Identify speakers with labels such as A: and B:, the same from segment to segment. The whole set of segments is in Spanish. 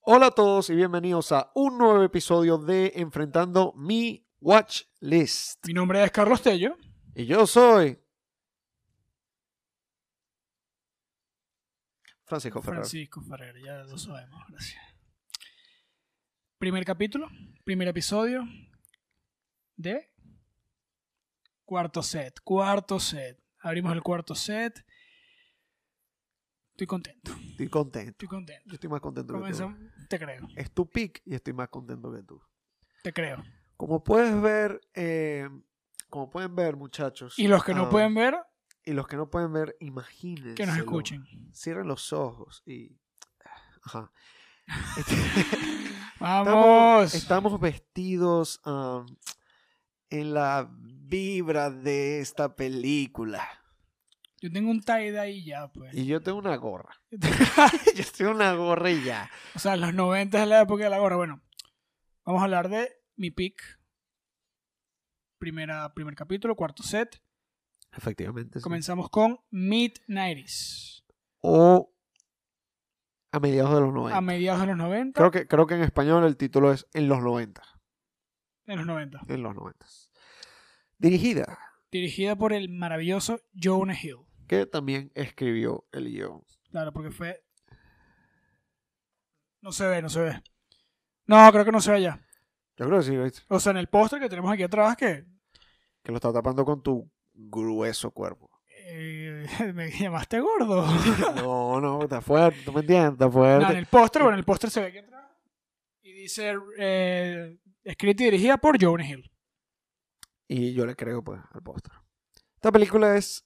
A: Hola a todos y bienvenidos a un nuevo episodio de Enfrentando mi Watch List.
B: Mi nombre es Carlos Tello.
A: Y yo soy. Francisco Ferrer.
B: Francisco Ferrer, ya lo sabemos, gracias. Primer capítulo, primer episodio de cuarto set, cuarto set. Abrimos el cuarto set. Estoy contento,
A: Estoy contento.
B: estoy contento.
A: Yo estoy más contento que tú.
B: Comenzamos, te creo,
A: Es tu pick y estoy más contento que tú.
B: te creo.
A: Como puedes ver, eh, como pueden ver, muchachos.
B: Y los que no
A: ah,
B: pueden ver,
A: Y los que no pueden ver, imagínense.
B: que nos escuchen.
A: Cierren los ojos y. ah, Ajá. Estamos,
B: Vamos.
A: estamos vestidos um, en la vibra de esta película.
B: Yo tengo un tie ahí ya, pues.
A: Y yo tengo una gorra. Yo tengo una gorra y ya.
B: o sea, los 90 es la época de la gorra. Bueno, vamos a hablar de mi pick. Primera, primer capítulo, cuarto set.
A: Efectivamente. sí.
B: Comenzamos con Mid 90s.
A: O a mediados de los
B: A
A: 90.
B: mediados de los 90.
A: Creo que, creo que en español el título es En los 90.
B: En los 90.
A: En los 90. Dirigida,
B: Dirigida por el maravilloso Jonah Hill.
A: que también escribió el guión.
B: Claro, porque fue. No se ve, no se ve. No, creo que no se ve ya.
A: Yo creo que sí, ¿viste?
B: O sea, en el póster que tenemos aquí atrás, que
A: que lo está tapando con tu grueso cuerpo.
B: eh, me llamaste gordo.
A: No, no, está fuerte, tú me entiendes, está fuerte.
B: No, en el póster, bueno, en el póster se ve aquí atrás. Y dice, eh, escrita y dirigida por Jonah Hill.
A: Y yo le creo, pues, al póster. Esta película es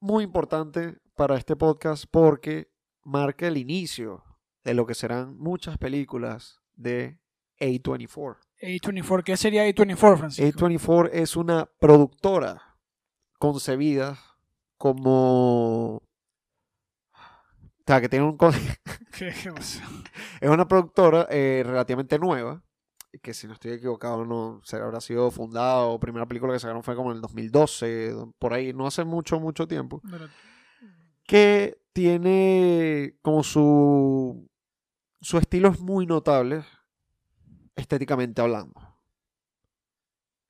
A: muy importante para este podcast porque marca el inicio de lo que serán muchas películas de A24.
B: A24, ¿qué sería A24, Francisco?
A: A24 es una productora concebida como... O sea, que tiene un, con-
B: ¿Qué, qué pasó?
A: Es una productora eh, relativamente nueva, que si no estoy equivocado, no se habrá sido fundada o primera película que sacaron fue como en el 2012, do- por ahí, no hace mucho, mucho tiempo,
B: Pero-
A: que tiene como su... Su estilo es muy notable, estéticamente hablando.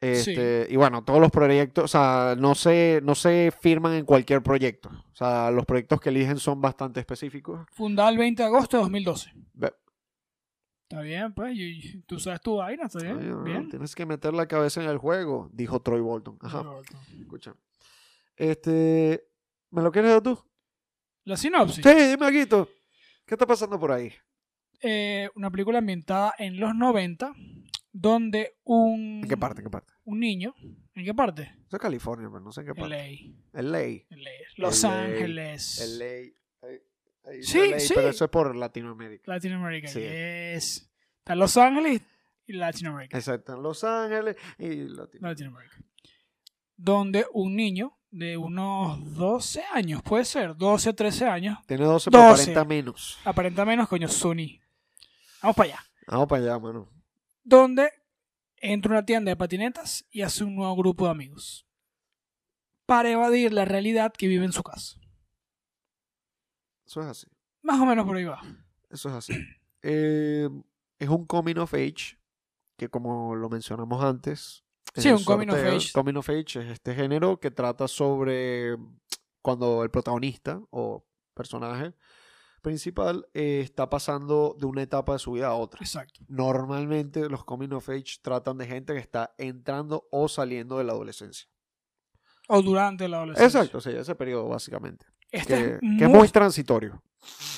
B: Sí.
A: Este, Y bueno, todos los proyectos, o sea, no se, no se firman en cualquier proyecto. O sea, los proyectos que eligen son bastante específicos.
B: Fundada el 20 de agosto de 2012.
A: Ve-
B: Está bien, pues, y- y tú sabes tu vaina, está bien.
A: Ay, no, no,
B: bien.
A: Tienes que meter la cabeza en el juego, dijo Troy Bolton. Ajá,
B: Roberto.
A: escucha. Este, ¿me lo quieres dar tú?
B: La
A: Sí,
B: sinopsis.
A: dime, Aguito. ¿Qué está pasando por ahí?
B: Eh, una película ambientada en los 90, donde un,
A: ¿En qué parte? ¿En qué parte?
B: un niño, ¿en qué parte?
A: Eso es California, pero no sé en qué parte.
B: LA,
A: LA.
B: LA, Los
A: LA,
B: Ángeles,
A: LA. Ahí- ahí dice
B: Sí,
A: LA,
B: sí.
A: Pero eso es por Latinoamérica.
B: Latinoamérica,
A: Sí.
B: yes. Está Los Ángeles y Latinoamérica.
A: Exacto, en Los Ángeles y Latinoamérica.
B: Latinoamérica. Donde un niño de unos 12 años, puede ser, 12, 13 años,
A: Tiene 12 por
B: 12.
A: 40 menos.
B: aparenta menos, coño, Suni. Vamos para allá.
A: Vamos para allá, mano.
B: donde entra a una tienda de patinetas y hace un nuevo grupo de amigos para evadir la realidad que vive en su casa.
A: Eso es así.
B: Más o menos por ahí va.
A: Eso es así. Eh, es un coming of age, que como lo mencionamos antes. en
B: Sí,
A: el
B: un coming of
A: sorteo,
B: age.
A: Coming of age es este género que trata sobre mm, cuando el protagonista o personaje principal eh, está pasando de una etapa de su vida a otra.
B: Exacto.
A: Normalmente los coming of age tratan de gente que está entrando o saliendo de la adolescencia.
B: O durante la adolescencia.
A: Exacto, sí, ese periodo básicamente.
B: Este
A: Que,
B: es
A: que es
B: muy-
A: muy transitorio.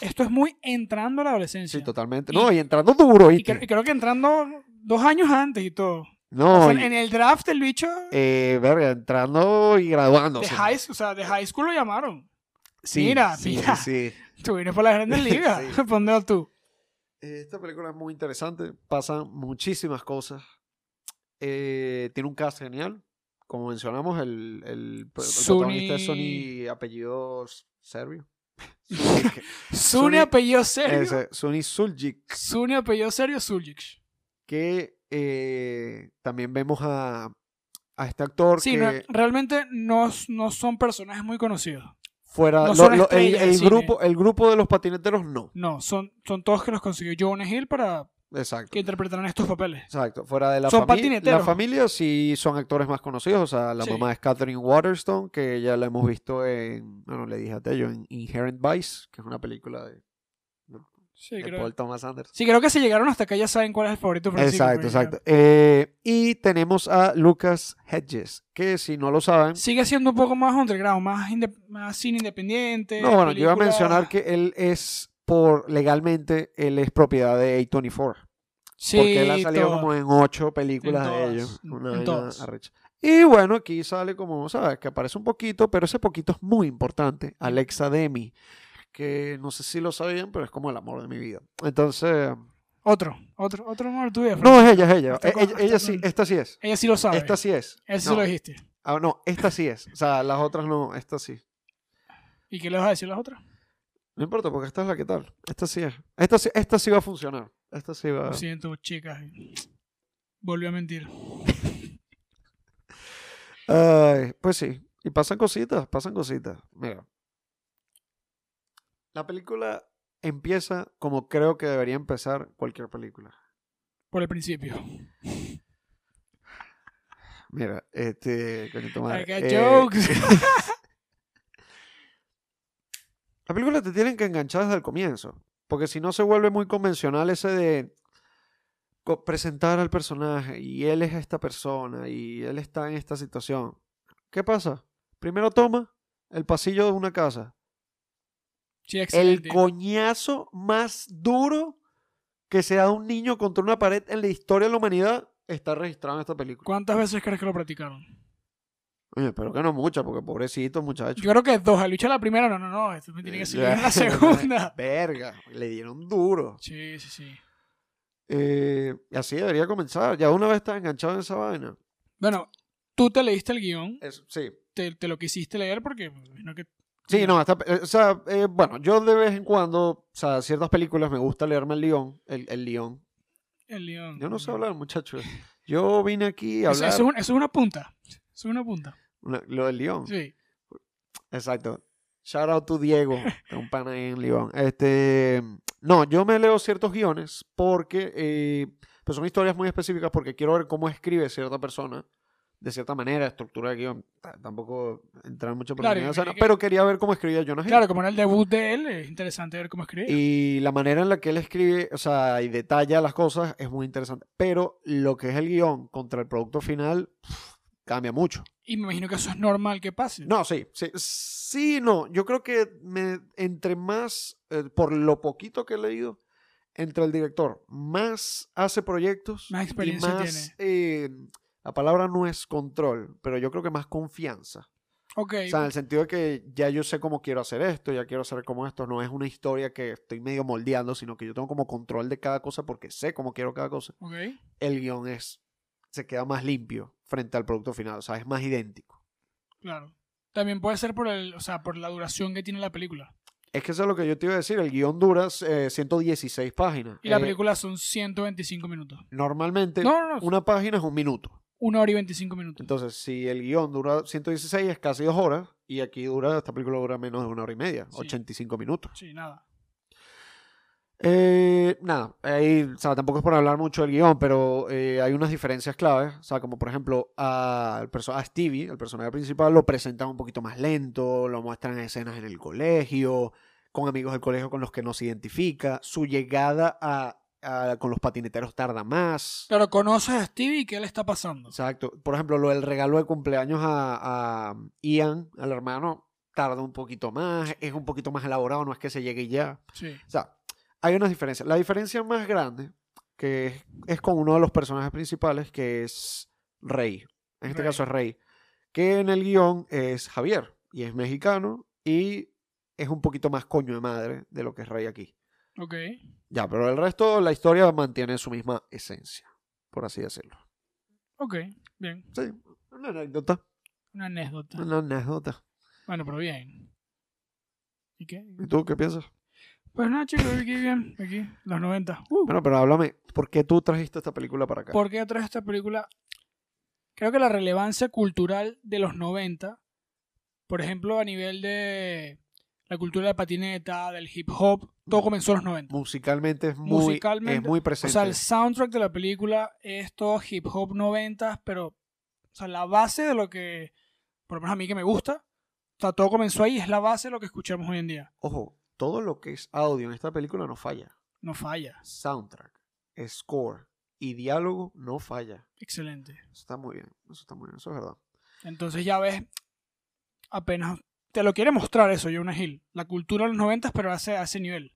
B: Esto es muy entrando a la adolescencia.
A: Sí, totalmente.
B: Y-
A: no, y entrando duro,
B: y,
A: ¿viste?
B: cre- y creo que entrando dos años antes y todo.
A: No,
B: O sea,
A: y-
B: en el draft el bicho
A: Eh, verga, entrando y graduándose.
B: de, high, o sea, de high school lo llamaron.
A: Sí,
B: mira,
A: sí,
B: mira.
A: sí.
B: Tú vienes por las grandes ligas.
A: Sí.
B: Respondelo tú.
A: Esta película es muy interesante. Pasan muchísimas cosas. Eh, tiene un cast genial. Como mencionamos, el, el pr- el
B: Suni-
A: protagonista es Sony apellidos serbio. Suljic.
B: Suni
A: Suni-
B: apellido serio.
A: Ese, Suni Suljic,
B: Suni apellido serio Zuljic.
A: que eh, también vemos a, a este actor
B: Sí,
A: que
B: no- realmente no, no son personajes muy conocidos.
A: fuera.
B: No
A: lo-
B: son
A: lo- el,
B: estrellas
A: el
B: del cine.
A: grupo, el grupo de los patineteros no.
B: No, son, son todos que los consiguió Jonah Hill para
A: Exacto.
B: que interpretaran estos papeles.
A: Exacto. Fuera de la
B: Son
A: familia. La
B: patineteros.
A: familia sí son actores más conocidos. O sea, la
B: Sí.
A: mamá es Catherine Waterstone, que ya la hemos visto en. Bueno, le dije a Tello, en Inherent Vice, que es una película de,
B: Sí,
A: de
B: creo.
A: Paul Thomas Anderson.
B: Sí, creo que si llegaron hasta acá ya saben cuál es el favorito. de Francisco,
A: Exacto,
B: pero-
A: exacto. Eh, y tenemos a Lucas Hedges, que si no lo saben,
B: Sigue siendo un poco más underground, más, inde- más cine independiente.
A: no, bueno, yo iba a
B: películas-
A: mencionar que él es por legalmente, él es propiedad de A24.
B: Sí,
A: porque él ha salido
B: todo.
A: como en ocho películas
B: En
A: de
B: todas,
A: ellos.
B: en-
A: Una
B: en
A: vaina
B: todas.
A: arrecha. Y bueno, aquí sale como, sabes, que aparece un poquito, pero ese poquito es muy importante. Alexa Demi, que no sé si lo sabían, pero es como el amor de mi vida. Entonces,
B: Otro, otro, otro amor tuyo.
A: no es ella, es ella.
B: Hasta
A: Eh,
B: con-
A: Ella,
B: hasta
A: ella sí,
B: con-
A: esta sí es.
B: Ella sí lo sabe.
A: Esta sí es.
B: Ella sí
A: No.
B: lo dijiste.
A: Ah, no, esta sí es. O sea, las otras no, esta sí.
B: ¿Y qué le vas a decir a las otras?
A: No importa, porque esta es la que tal. Esta sí es. Esta sí, esta sí va a funcionar. Esta sí va.
B: Lo siento, chicas. Volvió a mentir.
A: Ay, pues sí. Y pasan cositas, pasan cositas. Mira. La película empieza como creo que debería empezar cualquier película.
B: Por el principio.
A: Mira, este. coño, tu
B: I
A: madre.
B: got
A: Eh,
B: jokes.
A: La película te tienen que enganchar desde el comienzo. Porque si no se vuelve muy convencional ese de co- presentar al personaje y él es esta persona y él está en esta situación. ¿Qué pasa? Primero toma el pasillo de una casa.
B: Sí,
A: El
B: excelente.
A: coñazo más duro que se da un niño contra una pared en la historia de la humanidad está registrado en esta película.
B: ¿Cuántas veces crees que lo practicaron?
A: Oye, pero que no mucha, porque pobrecito muchacho.
B: Yo creo que dos. Al bicho la primera, no, no, no. Esto me tiene que seguir en la segunda.
A: Verga, le dieron duro.
B: Sí, sí, sí.
A: Eh, y así debería comenzar. Ya una vez estás enganchado en esa vaina.
B: Bueno, tú te leíste el guión,
A: Es- sí.
B: te, te lo quisiste leer porque me imagino que
A: Sí, no, hasta- eh, o sea, eh, bueno, yo de vez en cuando, o sea, ciertas películas me gusta leerme el guión. El, el guión.
B: el guión.
A: Yo no sé hablar, muchachos. Yo vine aquí a
B: Eso,
A: hablar
B: eso es un- eso es una punta. Eso es una punta.
A: una- lo del guión.
B: Sí.
A: Exacto. Shout out to Diego, que es un pana ahí en León. Este, no, yo me leo ciertos guiones porque eh, pues son historias muy específicas porque quiero ver cómo escribe cierta persona de cierta manera, estructura de guión. Ta- Tampoco entrar mucho por
B: Claro,
A: la
B: y-
A: sana,
B: y que-
A: pero quería ver cómo escribía Jonah Hill.
B: Claro, como era el debut de él, es interesante ver cómo escribe.
A: Y la manera en la que él escribe, o sea, y detalla las cosas es muy interesante. Pero lo que es el guión contra el producto final pf, cambia mucho.
B: Y me imagino que eso es normal que pase.
A: No, sí, sí, sí, no. Yo creo que me, entre más, eh, por lo poquito que he leído, entre el director, más hace proyectos.
B: Más experiencia
A: y más, eh, la palabra no es control, pero yo creo que más confianza.
B: Ok.
A: O sea, en el sentido de que ya yo sé cómo quiero hacer esto, ya quiero hacer como esto. No es una historia que estoy medio moldeando, sino que yo tengo como control de cada cosa porque sé cómo quiero cada cosa.
B: ok.
A: El guión es, se queda más limpio frente al producto final, o sea, es más idéntico.
B: Claro. También puede ser por el, o sea, por la duración que tiene la película.
A: Es que eso es lo que yo te iba a decir. El guión dura eh, 116 páginas.
B: Y la
A: Eh,
B: película son 125 minutos.
A: Normalmente,
B: No, no, no. Una,
A: una página es un minuto.
B: hora y 25 minutos.
A: Entonces, si el guión dura 116, es casi dos horas. Y aquí dura, esta película dura menos de una hora y media,
B: Sí.
A: 85 minutos.
B: Sí, nada.
A: Eh, nada, ahí, o sea, tampoco es por hablar mucho del guión, pero eh, hay unas diferencias claves. O sea, como por ejemplo, a, al perso- a Stevie, el personaje principal, lo presentan un poquito más lento, lo muestran en escenas en el colegio, con amigos del colegio con los que no se identifica. Su llegada a, a- con los patineteros tarda más.
B: Claro, conoces a Stevie y qué le está pasando.
A: Exacto. Por ejemplo, lo del regalo de cumpleaños a, a Ian, al hermano, tarda un poquito más, es un poquito más elaborado, no es que se llegue y ya.
B: Sí.
A: O sea, hay unas diferencias. La diferencia más grande que es, es con uno de los personajes principales, que es Rey. En este
B: Rey.
A: caso es Rey. Que en el guión es Javier. Y es mexicano. Y es un poquito más coño de madre de lo que es Rey aquí.
B: Ok.
A: Ya, pero el resto, la historia mantiene su misma esencia. Por así decirlo.
B: Ok. Bien.
A: Sí, una anécdota.
B: Una anécdota.
A: Una anécdota.
B: Bueno, pero bien. ¿Y qué?
A: ¿Y tú qué piensas?
B: Pues nada, chicos, aquí bien. Aquí, los 90. Uh.
A: Bueno, pero háblame, ¿por qué tú trajiste esta película para acá?
B: ¿Por qué yo traje esta película? Creo que la relevancia cultural de los 90, por ejemplo, a nivel de la cultura de la patineta, del hip hop, todo comenzó en los 90.
A: Musicalmente es muy,
B: Musicalmente,
A: es muy
B: O
A: presente.
B: sea, el soundtrack de la película es todo hip hop 90, pero o sea, la base de lo que, por lo menos a mí que me gusta, o sea, todo comenzó ahí, es la base de lo que escuchamos hoy en día.
A: Ojo, todo lo que es audio en esta película no falla.
B: No falla.
A: Soundtrack, score y diálogo no falla.
B: Excelente.
A: Eso está muy bien, eso está muy bien, eso es verdad.
B: Entonces ya ves, apenas te lo quiere mostrar eso, Jonah Hill. La cultura de los 90, pero a ese, a ese nivel.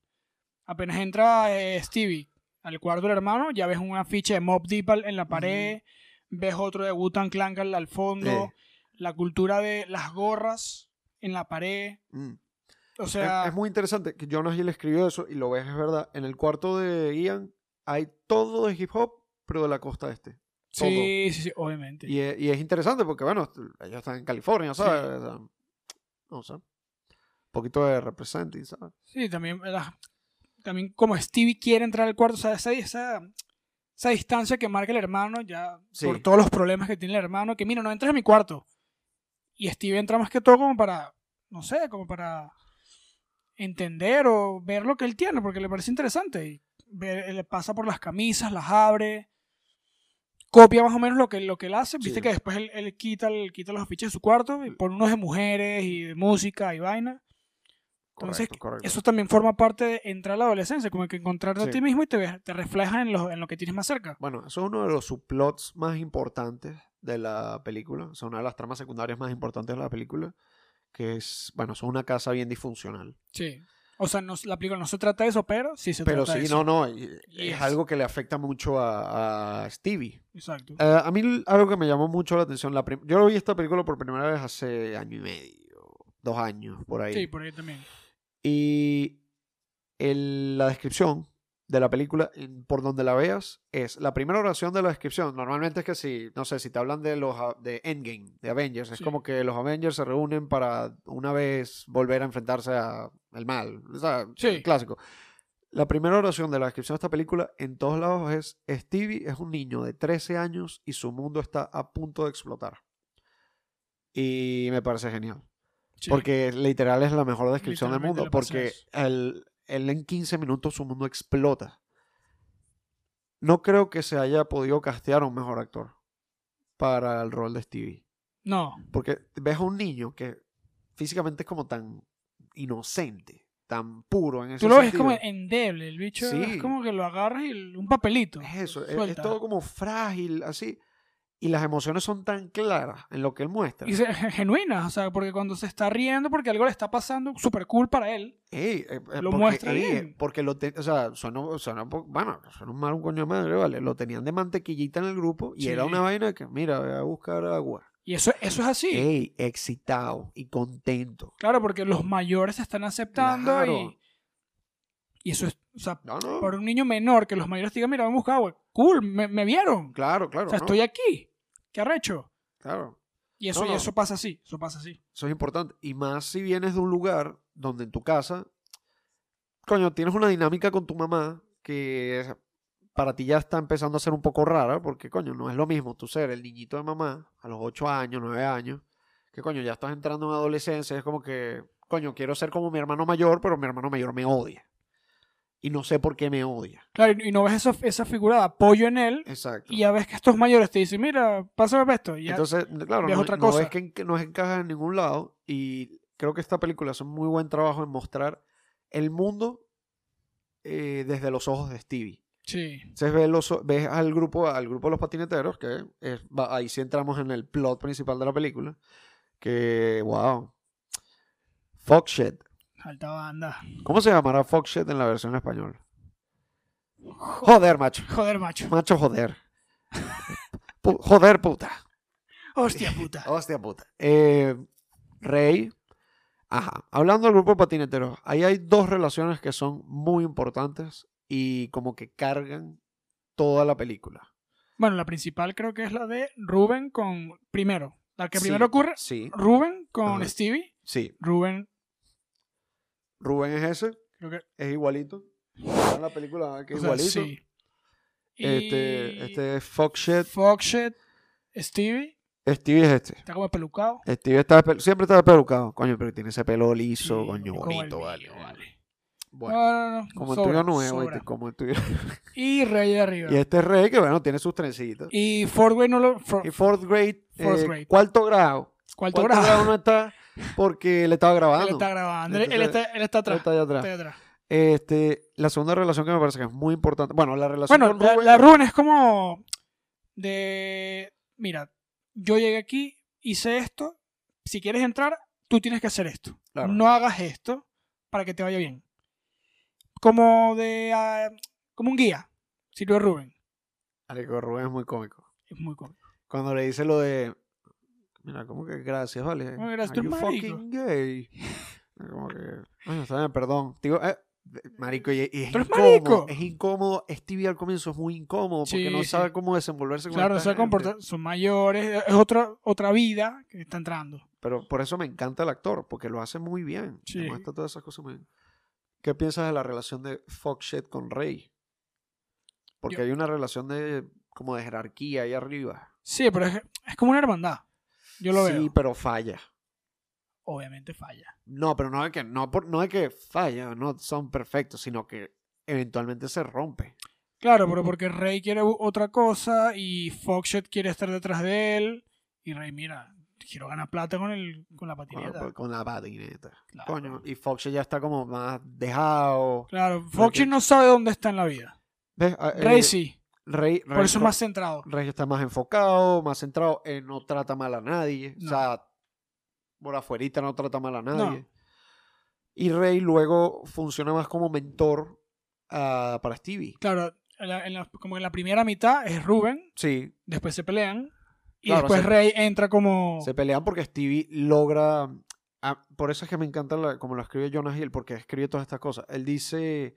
B: Apenas entra eh, Stevie al cuarto del hermano, ya ves un afiche de Mob Deep al- en la pared, ves otro de Wu-Tang Clan al, al fondo,
A: Eh.
B: la cultura de las gorras en la pared.
A: Mm.
B: O
A: Es-
B: sea,
A: es, muy interesante que Jonas Hill escribió eso y lo ves, es verdad. En el cuarto de Ian hay todo de hip hop, pero de la costa este. todo.
B: sí, sí, sí, obviamente.
A: Y es, y es interesante porque, bueno, ellos están en California, ¿sabes? O sea, no sé. Un poquito de representing, ¿sabes?
B: Sí, también, la- también como Stevie quiere entrar al cuarto, o sea, esa, esa, esa distancia que marca el hermano, ya
A: Sí.
B: por todos los problemas que tiene el hermano, que mira, no entras a mi cuarto. Y Stevie entra más que todo como para, no sé, como para entender o ver lo que él tiene, porque le parece interesante. Y ve- le pasa por las camisas, las abre, copia más o menos lo que, lo que él hace. Viste
A: Sí.
B: que después él, él quita, el- quita los afiches de su cuarto y pone unos de mujeres y de música y vaina. Entonces,
A: Correcto, correcto.
B: Eso también forma parte de entrar a la adolescencia, como que encontrarte
A: Sí.
B: a ti mismo y te, ves- te reflejas en lo, en lo que tienes más cerca.
A: Bueno, eso es uno de los subplots más importantes de la película. Es una de las tramas secundarias más importantes de la película. Que es, bueno, son una casa bien disfuncional.
B: Sí. O sea, no, la película no se trata de eso, pero sí se
A: Pero
B: trata
A: sí,
B: de
A: no,
B: eso.
A: no. y-
B: Y
A: Es
B: es-
A: algo que le afecta mucho a, a Stevie.
B: Exacto.
A: Eh, a mí l- algo que me llamó mucho la atención. La prim- Yo vi esta película por primera vez hace año y medio, dos años, por ahí.
B: Sí, por ahí también.
A: Y el- la descripción de la película, en- por donde la veas, es la primera oración de la descripción. Normalmente es que si, no sé, si te hablan de los a- de Endgame, de Avengers, es
B: Sí.
A: como que los Avengers se reúnen para una vez volver a enfrentarse a- al mal. O sea,
B: Sí.
A: el clásico. La primera oración de la descripción de esta película en todos lados es Stevie es un niño de 13 años y su mundo está a punto de explotar. Y me parece genial.
B: Sí.
A: Porque literal es la mejor descripción del
B: Literalmente
A: mundo.
B: le pasa
A: Porque
B: eso.
A: él, él en 15 minutos su mundo explota. No creo que se haya podido castear a un mejor actor para el rol de Stevie.
B: No,
A: Porque ves a un niño que físicamente es como tan inocente, tan puro en ese
B: tú lo ves
A: sentido.
B: como endeble, el bicho
A: Sí.
B: es como que lo agarras y l- un papelito.
A: Es eso, es- es,
B: suelta.
A: todo como frágil, así. Y las emociones son tan claras en lo que él muestra.
B: Y se- genuinas, o sea, porque cuando se está riendo, porque algo le está pasando, súper cool para él.
A: Ey, eh, eh,
B: Lo
A: porque,
B: muestra
A: ey, eh,
B: bien.
A: porque lo te- o sea, sonó, sonó un po- bueno, sonó mal un coño de madre, vale. Lo tenían de mantequillita en el grupo y era
B: Sí.
A: una vaina que, mira, voy a buscar agua.
B: Y eso, eso es así.
A: Ey, excitado y contento.
B: Claro, porque los mayores se están aceptando
A: Claro.
B: y, y eso es, o sea,
A: No, no.
B: para un niño menor que los mayores te digan, mira, vamos a buscar agua. Cool, me, me vieron.
A: Claro, claro.
B: o sea,
A: no,
B: estoy aquí. ¿Qué arrecho?
A: Claro.
B: Y eso,
A: No,
B: y
A: no.
B: eso pasa así, eso pasa así.
A: Eso es importante. Y más si vienes de un lugar donde en tu casa, coño, tienes una dinámica con tu mamá que es- para ti ya está empezando a ser un poco rara, porque coño, no es lo mismo tú ser el niñito de mamá a los 8 años, 9 años, que coño, ya estás entrando en adolescencia, es como que, coño, quiero ser como mi hermano mayor, pero mi hermano mayor me odia. Y no sé por qué me odia.
B: Claro, y- y no ves esa, esa figura de apoyo en él
A: Exacto.
B: y ya ves que estos mayores te dicen, mira, pásame pa' esto. y ya-
A: Entonces, claro,
B: ya es
A: no,
B: otra
A: no
B: cosa.
A: es que enca- no es encaja en ningún lado y creo que esta película hace un muy buen trabajo en mostrar el mundo eh, desde los ojos de Stevie.
B: sí,
A: Entonces ves, los o- ves al, grupo, al grupo de los patineteros, que es- va- ahí sí entramos en el plot principal de la película, que, wow, fuck shit.
B: alta banda.
A: ¿Cómo se llamará fuck shit en la versión española? Joder, macho.
B: Joder, macho.
A: Macho, joder. Pu- joder, puta.
B: Hostia puta.
A: Hostia puta. Eh, Rey. Ajá. Hablando del grupo de patineteros, ahí hay dos relaciones que son muy importantes y como que cargan toda la película.
B: Bueno, la principal creo que es la de Rubén con... Primero, la que
A: Sí,
B: primero ocurre,
A: Sí,
B: Rubén con
A: Ajá.
B: Stevie.
A: sí.
B: Rubén,
A: Rubén es ese,
B: creo que...
A: es igualito. Está en la película ah, que es
B: o sea,
A: igualito.
B: sí. Y-
A: Este, este es fuck shit.
B: Fuck shit, Stevie.
A: Stevie es este.
B: Está como pelucado.
A: Stevie está pelu- siempre está pelucado, coño, pero tiene ese pelo liso,
B: Sí,
A: coño,
B: como el
A: bonito,
B: mío,
A: vale.
B: vale.
A: Bueno,
B: No, no, no,
A: como el
B: sobra,
A: tuyo nuevo,
B: sobra.
A: ¿viste? como el tuyo.
B: Y Rey de Arriba.
A: Y este rey que, bueno, tiene sus trencitos.
B: Y Fort Wayne no lo. For,
A: Y fourth grade,
B: Fourth
A: eh,
B: grade.
A: cuarto grado.
B: cuarto
A: Cuarto
B: grado.
A: grado no está porque él estaba grabando.
B: Él está grabando. Él, él
A: Entonces,
B: está, él está
A: Él
B: atrás.
A: está allá atrás.
B: está atrás.
A: Este, la segunda relación que me parece que es muy importante. Bueno, la relación
B: Bueno,
A: con
B: la,
A: Rubén.
B: la Rubén es como de, mira, yo llegué aquí, hice esto, si quieres entrar, tú tienes que hacer esto.
A: Claro.
B: No hagas esto para que te vaya bien. Como de, ah, como un guía, sirvió Rubén.
A: Marico, Rubén es muy cómico.
B: Es muy cómico.
A: Cuando le dice lo de. Mira, como que gracias, vale.
B: Bueno, gracias,
A: Are you
B: marico.
A: fucking gay. Como que. Bueno, está bien, perdón. Digo, eh, marico, y, y es
B: Pero es
A: incómodo.
B: marico.
A: Es incómodo. Stevie al comienzo es muy incómodo porque
B: Sí,
A: no
B: sí.
A: sabe cómo desenvolverse con
B: Claro,
A: esta
B: se
A: gente.
B: comporta, son mayores, es otra, otra vida que está entrando.
A: Pero por eso me encanta el actor, porque lo hace muy bien.
B: Sí.
A: Me muestra todas esas cosas muy bien. ¿Qué piensas de la relación de Fuck Shit con Rey? Porque
B: Yo-
A: hay una relación de como de jerarquía ahí arriba.
B: Sí, pero es, es como una hermandad. Yo lo
A: sí,
B: veo.
A: pero falla.
B: Obviamente falla.
A: No, pero no es que, no, por- no es que falla, no son perfectos, sino que eventualmente se rompe.
B: Claro, pero porque Rey quiere u- otra cosa y Foxshot quiere estar detrás de él. Y Rey, mira, quiero ganar plata con, el, con la
A: Con,
B: patineta.
A: con la patineta.
B: Claro.
A: Coño, y Fox ya está como más dejado.
B: Claro,
A: Porque-
B: Foxshot no sabe dónde está en la vida.
A: ¿Ves? Ah, eh,
B: Rey sí,
A: Rey-
B: por
A: Rey
B: eso es
A: co-
B: más centrado.
A: Rey está más enfocado, más centrado, eh, no trata mal a nadie. O
B: No.
A: sea, por afuerita no trata mal a nadie.
B: No.
A: Y Rey luego funciona más como mentor ah, para Stevie.
B: Claro, en la- en la- como en la primera mitad es Rubén,
A: Sí,
B: después se pelean. Y
A: Claro,
B: después
A: se-
B: Rey entra como...
A: se pelean porque Stevie logra... ah, por eso es que me encanta la- como lo escribe Jonah Hill, porque escribe todas estas cosas. Él dice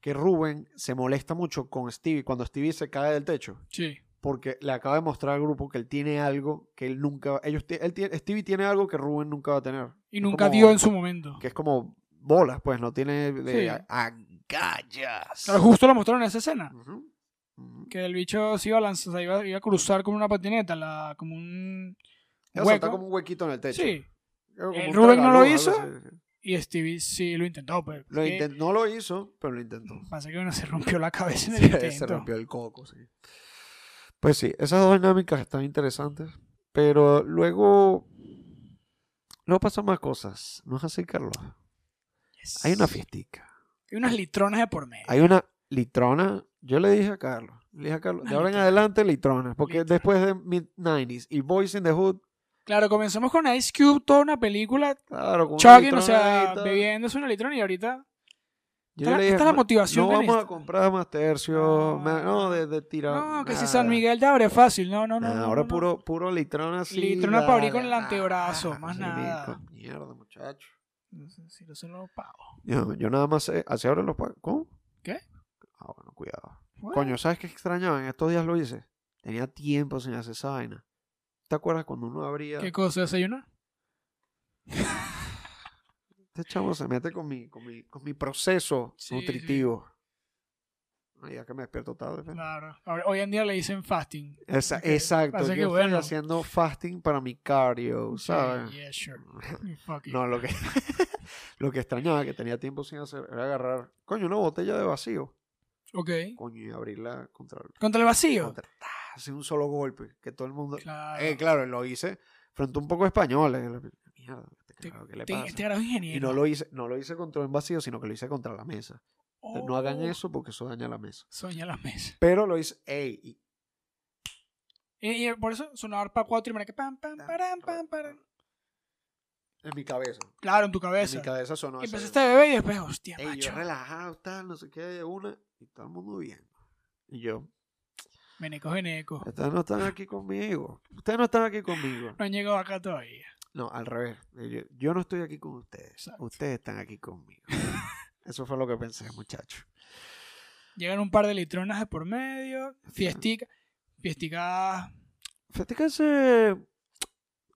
A: que Rubén se molesta mucho con Stevie cuando Stevie se cae del techo.
B: Sí,
A: porque le acaba de mostrar al grupo que él tiene algo que él nunca ellos ti- él tiene, Stevie tiene algo que Rubén nunca va a tener
B: y
A: Es
B: nunca
A: como-
B: dio en su momento.
A: que es como bolas pues no tiene de
B: Sí.
A: agallas
B: Claro, justo lo mostraron en esa escena.
A: Ujú. Ujú.
B: Que el bicho se iba a lanzar, o sea, iba, iba a cruzar con una patineta, la, como un...
A: Ella
B: hueco.
A: salta como un huequito en el techo
B: Sí,
A: Era como
B: ¿El
A: un
B: Rubén no lo
A: tragaluz, algo
B: hizo? Eh,
A: así.
B: Y Stevie sí lo intentó, pero
A: Lo
B: que-
A: inten- no lo hizo pero lo intentó
B: pasa que uno se rompió la cabeza en el
A: Sí,
B: intento.
A: se rompió el coco sí pues sí esas dos dinámicas están interesantes pero luego luego pasan más cosas no es así Carlos
B: Yes.
A: hay una fiestica
B: Hay unas litronas de por medio.
A: Hay una litrona. Yo le dije a Carlos. Le dije a Carlos.
B: Una
A: De ahora en
B: litrona.
A: adelante, litrona. Porque
B: Litrona.
A: después de mid-90s y Boys in the Hood,
B: Claro, comenzamos con Ice Cube, toda una película,
A: claro, con
B: chugging,
A: una
B: o sea,
A: litronadita.
B: bebiéndose una litrona y ahorita...
A: Yo
B: Esta-
A: le dije,
B: esta es la
A: "Ma-
B: motivación
A: No
B: que
A: vamos a
B: necesitas".
A: comprar más tercios.
B: No.
A: ma- No, de, de tirar.
B: No, que si
A: nada.
B: San Miguel te abre fácil, no, no, no.
A: Nada,
B: no,
A: ahora
B: no.
A: puro, puro litrona así.
B: Litrona pa' abrir con el
A: dale,
B: antebrazo,
A: ah,
B: más
A: sí,
B: nada.
A: rico, Mierda, muchacho.
B: No sé Si no se lo pago.
A: Yo, yo nada más sé, así abren los pa- ¿Cómo?
B: ¿Qué?
A: Ah, bueno, cuidado.
B: Bueno,
A: Coño, ¿sabes qué extrañaba? En estos días lo hice. Tenía tiempo sin hacer esa vaina. ¿Te acuerdas cuando uno abría?
B: ¿Qué cosa desayunar?
A: Este chamo se mete con mi, con mi, con mi proceso
B: Sí,
A: nutritivo. Ay, ya que me despierto tarde. ¿ves?
B: Claro. Ahora, hoy en día le dicen fasting.
A: Esa-
B: Ok,
A: Exacto.
B: pasa
A: Yo
B: que
A: estoy
B: bueno.
A: haciendo fasting para mi cardio, ¿sabes?
B: Yeah, sure. You fuck it.
A: No, lo que, lo que extrañaba que tenía tiempo sin hacer era agarrar, coño, una botella de vacío.
B: Ok.
A: Coño, y abrirla contra el.
B: Contra el vacío.
A: contra- ¡tá! Así un solo golpe. Que todo el mundo.
B: Claro.
A: Eh, claro, lo hice frente a un poco de españoles. Mierda, este carajo, ¿qué le
B: Te-
A: pasa?
B: Este era ingeniero.
A: Y no lo hice, no lo hice contra un vacío, sino que lo hice contra la mesa. No hagan
B: Oh.
A: eso porque eso daña la mesa.
B: Soña las mesas.
A: Pero lo hice, ey, y-
B: Y, y por eso sonaba arpa 4 y me que pam, pam, param, pam, param.
A: en mi cabeza.
B: Claro, en tu
A: En
B: cabeza.
A: mi cabeza sonó
B: Y
A: esa-
B: empezaste a beber y después, hostia,
A: Ey,
B: macho.
A: yo relajado, tal, no sé qué, de una, y todo el mundo bien. Y yo,
B: Veneco, veneco.
A: ustedes no están aquí conmigo. Ustedes no están aquí conmigo.
B: No han llegado acá todavía.
A: No, al revés. Y Yo, yo no estoy aquí con ustedes.
B: Exacto.
A: Ustedes están aquí conmigo. Eso fue lo que pensé, muchacho.
B: Llegan un par de litronas de por medio. Fiestica. Fiestica.
A: Fíjate que se...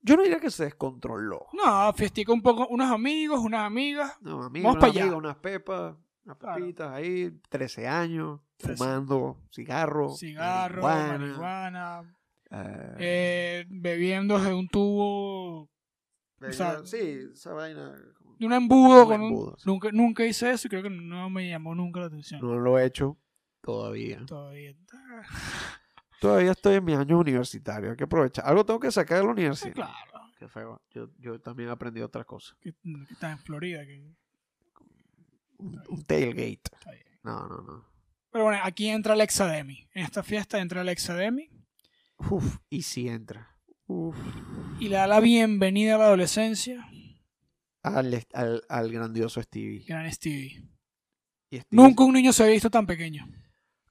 A: Yo no diría que se descontroló.
B: No, fiestica un poco. Unos amigos, unas amigas.
A: No, amigos,
B: Vamos
A: unos
B: pa' allá.
A: amigos, unas pepas, unas
B: Claro.
A: papitas ahí, 13 años,
B: Trece.
A: fumando cigarro,
B: Cigarro,
A: Oh, marihuana,
B: marihuana.
A: Eh,
B: eh, bebiendo de un tubo,
A: pero
B: o sea,
A: yo- sí, esa vaina. como-
B: de un embudo.
A: Un
B: con un-
A: embudo, sí.
B: nunca, nunca hice eso y creo que no me llamó nunca la atención.
A: No lo he hecho todavía.
B: Todavía.
A: Todavía estoy en mis años universitarios. Hay que aprovechar. Algo tengo que sacar de la universidad.
B: ah, Claro,
A: Qué feo. Yo, yo también aprendí otra cosa.
B: que, que está en Florida. que-
A: Un, un tailgate.
B: Está bien.
A: No, no, no.
B: Pero bueno, aquí entra el Exademy. En esta fiesta entra el Exademy
A: Uf, y si entra. Uf.
B: y le da la bienvenida a la adolescencia.
A: Al, est- al, al grandioso Stevie.
B: Gran Stevie.
A: Y Stevie-
B: Nunca un niño se había visto tan pequeño.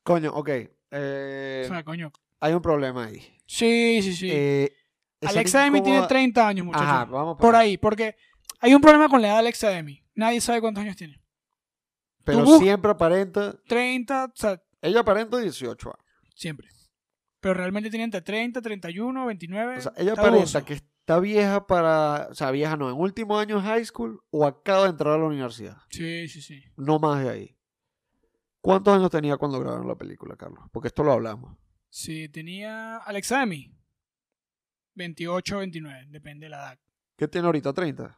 A: Coño, ok. eh,
B: O sea, coño.
A: hay un problema ahí.
B: Sí, sí, sí.
A: Eh, esa
B: Alexa Demi tiene
A: incómoda-
B: 30 años, muchachos.
A: Ajá, vamos
B: por ahí, porque hay un problema con la edad de Alexa Demi. Nadie sabe cuántos años tiene.
A: Pero
B: bus-
A: siempre aparenta.
B: 30, o sea,
A: Ella aparenta 18 años.
B: siempre. Pero realmente tiene entre 30, 31, 29.
A: O sea, ella
B: está
A: aparenta
B: dudoso.
A: que está vieja para. O sea, vieja no, en último año de high school o acaba de entrar a la universidad.
B: Sí, sí, sí.
A: No más de ahí. ¿Cuántos años tenía cuando grabaron la película, Carlos? Porque esto lo hablamos.
B: Sí, tenía Alexa Demi. 28, 29, depende de la edad.
A: ¿Qué tiene ahorita? ¿30?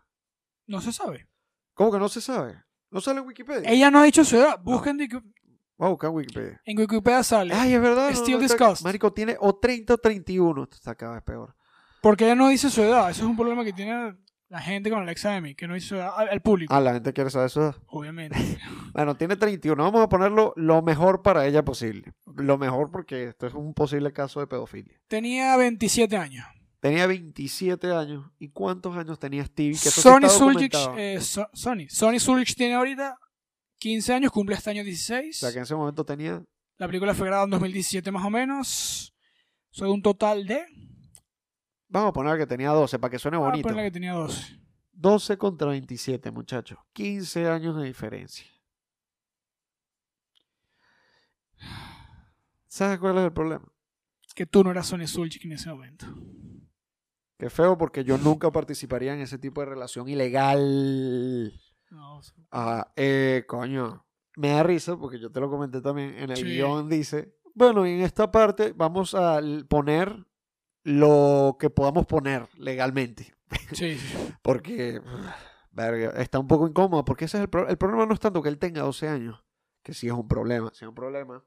B: No se sabe.
A: ¿Cómo que no se sabe? No sale en Wikipedia.
B: Ella no ha dicho su edad. Busquen de-
A: Voy a buscar Wikipedia.
B: en Wikipedia sale.
A: Ay, es verdad. no,
B: Still
A: no está-
B: discussed.
A: Marico tiene o 30 o 31. Esto está cada vez peor.
B: Porque ella no dice su edad. Eso es un problema que tiene la gente con Alexa Demi, que no dice su edad al, al público,
A: Ah, la gente quiere saber eso.
B: obviamente.
A: Bueno, tiene 31. Vamos a ponerlo lo mejor para ella posible. Lo mejor porque esto es un posible caso de pedofilia.
B: Tenía 27 años.
A: Tenía 27 años. ¿Y cuántos años tenía Stevie? Que eso sí
B: Sony
A: está
B: Suljic,
A: documentado.
B: eh, So- Sony. Sony Suljic tiene ahorita 15 años, cumple este año 16.
A: O sea, que en ese momento tenía
B: La película fue grabada en 2017 más o menos. Soy un total de...
A: Vamos a poner que tenía 12 para que suene
B: Vamos a
A: bonito.
B: ponerle Ah, que tenía 12.
A: 12 contra 27, muchachos. 15 años de diferencia. ¿Sabes cuál es el problema?
B: Que tú no eras Sony Suljic en ese momento.
A: Que feo porque yo nunca participaría en ese tipo de relación ilegal.
B: No, o sea,
A: Ah, eh, coño. Me da risa porque yo te lo comenté también. En el
B: Sí.
A: guión dice, bueno, y en esta parte vamos a l- poner lo que podamos poner legalmente.
B: sí, sí.
A: Porque verga, está un poco incómodo, porque ese es el, pro- el problema no es tanto que él tenga 12 años, que sí es un problema, sí es un problema,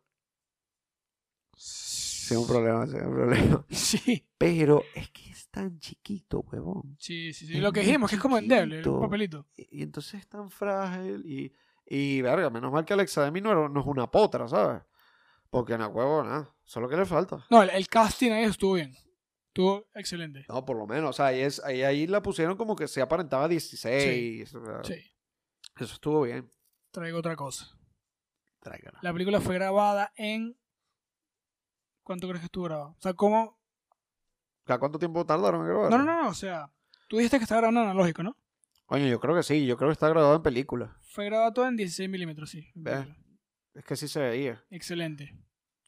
A: sí es un problema, sí es un problema.
B: Sí,
A: Pero es que es tan chiquito, huevón.
B: sí, sí, sí.
A: Es
B: Lo que
A: muy
B: dijimos, que es como endeble, el
A: chiquito.
B: papelito.
A: Y, y entonces es tan frágil y, y verga, menos mal que Alexa de mí no, era- no es una potra, ¿sabes? Porque no huevo nada, solo que le falta.
B: No, el, el casting ahí estuvo bien. Estuvo excelente.
A: No, por lo menos, o sea, ahí, es, ahí, ahí la pusieron como que se aparentaba 16. o sea,
B: Sí,
A: Eso estuvo bien.
B: traigo otra cosa.
A: Tráigala.
B: La película fue grabada en... ¿Cuánto crees que estuvo grabada? O sea, ¿cómo,
A: O sea, ¿Cuánto tiempo tardaron en grabar?
B: No, no, no, no, o sea, tú dijiste que está grabando en analógico, ¿no?
A: Coño, yo creo que sí, yo creo que está grabado en película.
B: Fue grabado todo en 16 milímetros, sí.
A: Ve. Es que sí se veía.
B: Excelente.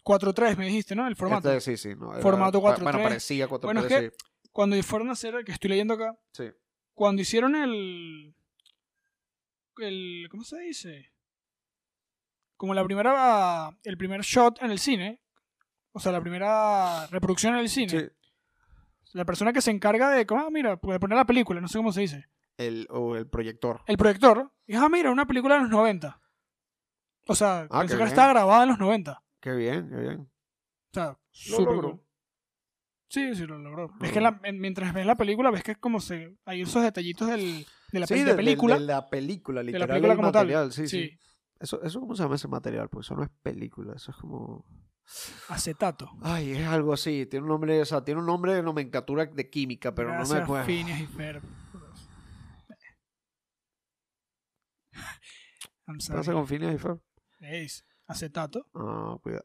B: 4.3 me dijiste, ¿no? El formato.
A: Este, sí, sí, no, era-
B: Formato
A: pa-
B: 4:3.
A: Bueno, parecía 4
B: Bueno, es Cuando fueron a hacer, el que estoy leyendo acá,
A: sí. sí.
B: cuando hicieron el... el ¿Cómo se dice? Como la primera... El primer shot en el cine. O sea, la primera reproducción en el cine.
A: Sí.
B: La persona que se encarga de... ¿cómo? Ah, mira, de poner la película, no sé cómo se dice.
A: El, o el proyector.
B: el proyector. Y dije, ah, mira, una película de los 90. O sea,
A: Ah,
B: pensé
A: qué
B: que
A: bien.
B: estaba grabada en los 90. O
A: Qué bien, qué bien.
B: sea,
A: Lo
B: súper
A: logró.
B: cool. Sí, sí, lo logró. Es que la- en- mientras ves la película, ves que es como se. Hay esos detallitos del, de la
A: sí,
B: pe- de
A: de- de-
B: película.
A: De, la película,
B: la
A: literal.
B: película
A: el
B: como tal.
A: material, Sí, sí.
B: sí,
A: Eso, ¿Eso cómo se llama ese material? Pues eso no es película, eso es como...
B: acetato.
A: Ay, es algo así, tiene un nombre, o sea, tiene un nombre de nomenclatura de química, pero no me
B: Gracias,
A: acuerdo.
B: Phineas y Ferb. I'm
A: ¿Qué pasa
B: sorry.
A: con Phineas y Ferb?
B: Es acetato.
A: Ah, cuidado.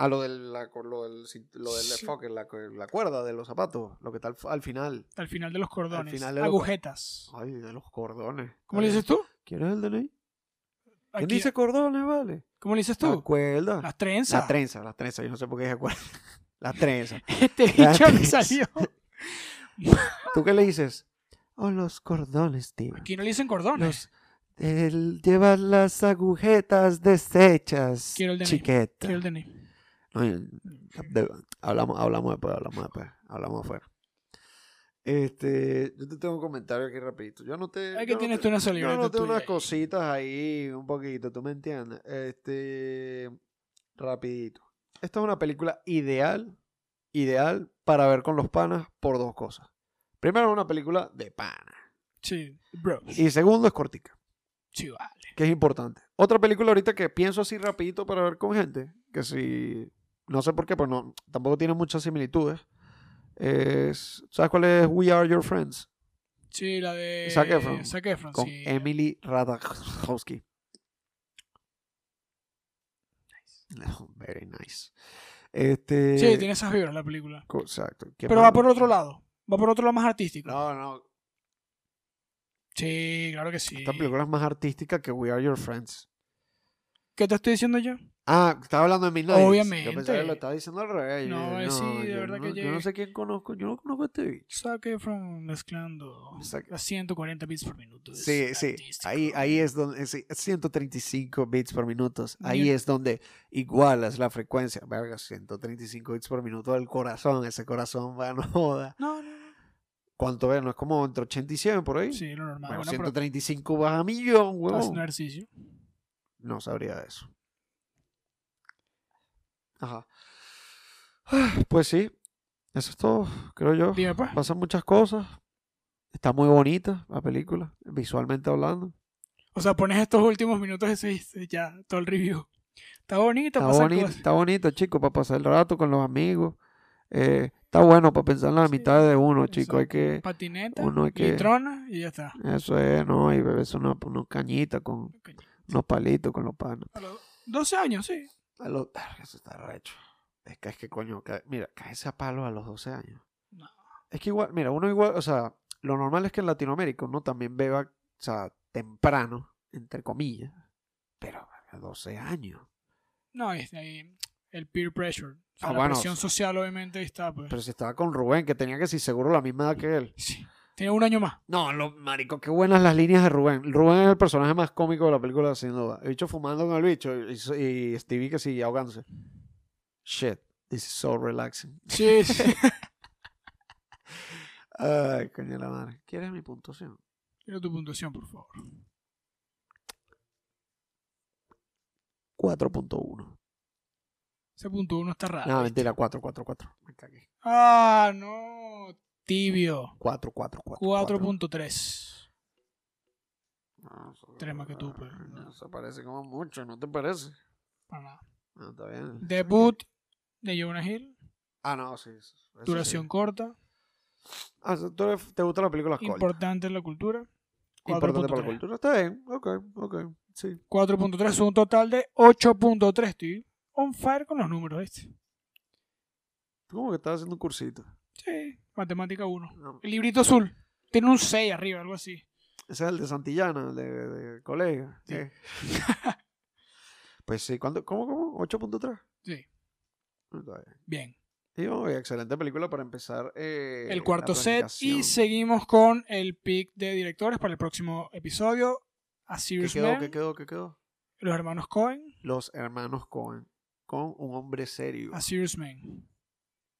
A: Ah, lo del, la- lo del, cint- lo del
B: Sí.
A: enfoque, la, la cuerda de los zapatos, lo que está al, al final.
B: Al final de los cordones.
A: final de los-
B: agujetas.
A: Ay, de los cordones.
B: ¿Cómo le dices tú?
A: ¿Quieres el DNI? ¿Quién
B: Aquí-
A: dice cordones, vale?
B: ¿Cómo le dices
A: La
B: tú?
A: cuerda.
B: Las trenzas.
A: Las trenzas, las trenzas. Yo no sé por qué dije cuerda. Las trenzas.
B: Este
A: La
B: bicho me
A: trenza.
B: salió.
A: ¿Tú qué le dices? Oh, los cordones, tío.
B: Aquí no le dicen
A: Los,
B: cordones.
A: el- llevas las agujetas deshechas,
B: Quiero el DNI.
A: chiqueta.
B: Quiero el DNI.
A: Oye, de- hablamos, hablamos después, hablamos después, hablamos afuera. Este, yo te tengo un comentario aquí rapidito. Yo no te.
B: Aquí tienes tú una
A: Yo
B: solibreta
A: noté
B: tuya
A: unas
B: ahí.
A: cositas ahí, un poquito, tú me entiendes. Este, rapidito. Esta es una película ideal, ideal para ver con los panas por dos cosas. Primero, es una película de pana.
B: Sí, bro.
A: Y segundo, es cortica,
B: Sí, vale.
A: que es importante. Otra película ahorita que pienso así rapidito para ver con gente, que si, no sé por qué, pues no, tampoco tiene muchas similitudes. Es, ¿Sabes cuál es We Are Your Friends?
B: Sí, la de.
A: Zac Efron.
B: Zac Efron,
A: Con
B: sí.
A: Emily Ratajkowski. No, Very nice. Este,
B: Sí, tiene esas vibras la película.
A: co- Exacto. ¿Qué
B: Pero
A: más?
B: va por otro lado. Va por otro lado más artístico.
A: No, no.
B: Sí, claro que sí.
A: Esta película es más artística que We Are Your Friends.
B: ¿Qué te estoy diciendo yo?
A: Ah, estaba hablando de Midnight.
B: Obviamente.
A: Yo pensaba que lo estaba diciendo al revés. Yo
B: No,
A: dije,
B: eh, sí, de
A: yo
B: verdad que
A: no- Yo no
B: llegué.
A: sé quién conozco. Yo no conozco a este bicho.
B: Zac Efron mezclando
A: Zac-
B: a 140 bits por minuto. es
A: Sí, sí.
B: artístico.
A: Ahí, ahí es donde. sí, 135 bits por minuto. Ahí
B: Bien.
A: es donde igualas la frecuencia. Verga, 135 bits por minuto del corazón. Ese corazón va, no joda.
B: No, no, no.
A: ¿Cuánto es? ¿No es como entre 80 y 100 por ahí?
B: Sí, lo normal.
A: Bueno,
B: Bueno, pero
A: 135 vas a millón,
B: estás
A: huevón.
B: haciendo ejercicio.
A: No sabría de eso. Ajá. Pues sí. Eso es todo, creo yo.
B: Dime, pues.
A: Pasan muchas cosas. Está muy bonita la película, visualmente hablando.
B: O sea, pones estos últimos minutos ese y dices, ya, todo el review. Está bonito,
A: Está
B: pasa
A: bonito,
B: cosas.
A: está bonito, chico, para pasar el rato con los amigos. Eh, está bueno para pensar en la
B: Sí,
A: mitad de uno, chico. Hay que.
B: Patineta,
A: uno hay que-
B: y trona, y ya está.
A: Eso es, ¿no? Y beberse una, una cañita con unos palitos con los panos.
B: A los 12 años, sí.
A: A los- Verga, Eso está recho. Es que es que coño, ca- mira, caerse a palo a los 12 años.
B: No.
A: Es que igual, mira, uno igual, o sea, lo normal es que en Latinoamérica uno también beba, o sea, temprano, entre comillas, pero a 12 años.
B: No, es ahí el peer pressure. O sea,
A: Ah,
B: la
A: bueno,
B: presión
A: sí.
B: social, obviamente, ahí está, pues.
A: Pero si estaba con Rubén, que tenía que si seguro la misma edad que él.
B: Sí. Tiene un año más.
A: No, lo, marico, qué buenas las líneas de Rubén. Rubén es el personaje más cómico de la película, sin duda. El bicho fumando con el bicho y, y Stevie que sigue ahogándose. Shit, this is so relaxing.
B: Sí, sí.
A: Ay, coño de la madre. ¿Quieres mi puntuación?
B: Quiero tu puntuación, por favor.
A: 4.1.
B: Ese punto uno está raro.
A: No, mentira, 4, 4, 4. Me cagué.
B: Ah, no. Tibio.
A: 4, 4, 4.
B: 4.3.
A: 4.
B: Tres más que tú, pues.
A: Ah, No, eso parece como mucho, ¿no te parece?
B: Para nada.
A: No, está bien.
B: Debut de Jonah Hill.
A: Ah, no, sí. eso- eso
B: Duración
A: sí.
B: corta.
A: Ah, eso- tú eres- te gustan las películas cólicas.
B: Importante en la cultura.
A: Importante para la
B: 4.3.
A: cultura. Está bien, ok, ok. Sí.
B: 4.3 es un total de 8.3. Estoy on fire con los números, ¿viste?
A: Tú como que estás haciendo un cursito. Ah,
B: Sí, matemática 1.
A: No,
B: El librito azul. Tiene un 6 arriba, algo así.
A: Ese es el de Santillana, el de, de colega.
B: Sí.
A: eh. pues sí, ¿cuánto? ¿Cómo, cómo? ¿8.3?
B: Sí.
A: Ah, Está bien.
B: Bien.
A: Sí, oh, excelente película para empezar. eh,
B: El
A: la
B: cuarto set. Y
A: planificación.
B: seguimos con el pick de directores para el próximo episodio. A
A: ¿Qué
B: Serious
A: quedó?
B: Man,
A: ¿Qué quedó? ¿Qué quedó?
B: los hermanos Cohen.
A: Los hermanos Cohen. Con un hombre serio.
B: A Serious Man.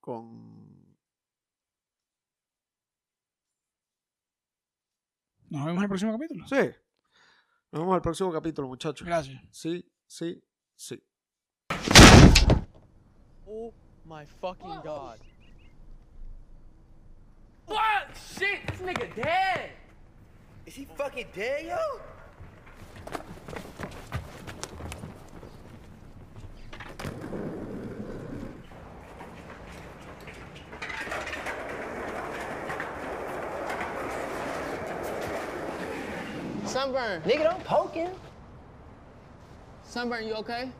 A: Con.
B: Nos vemos en el próximo capítulo.
A: Sí. Nos vemos al próximo capítulo, muchachos.
B: Gracias.
A: Sí, sí, sí.
C: Oh my fucking god.
D: Fuck! Shit! This nigga dead!
C: Is he fucking dead, yo?
E: Sunburn,
D: Nigga, don't poke him.
E: Sunburn, you okay?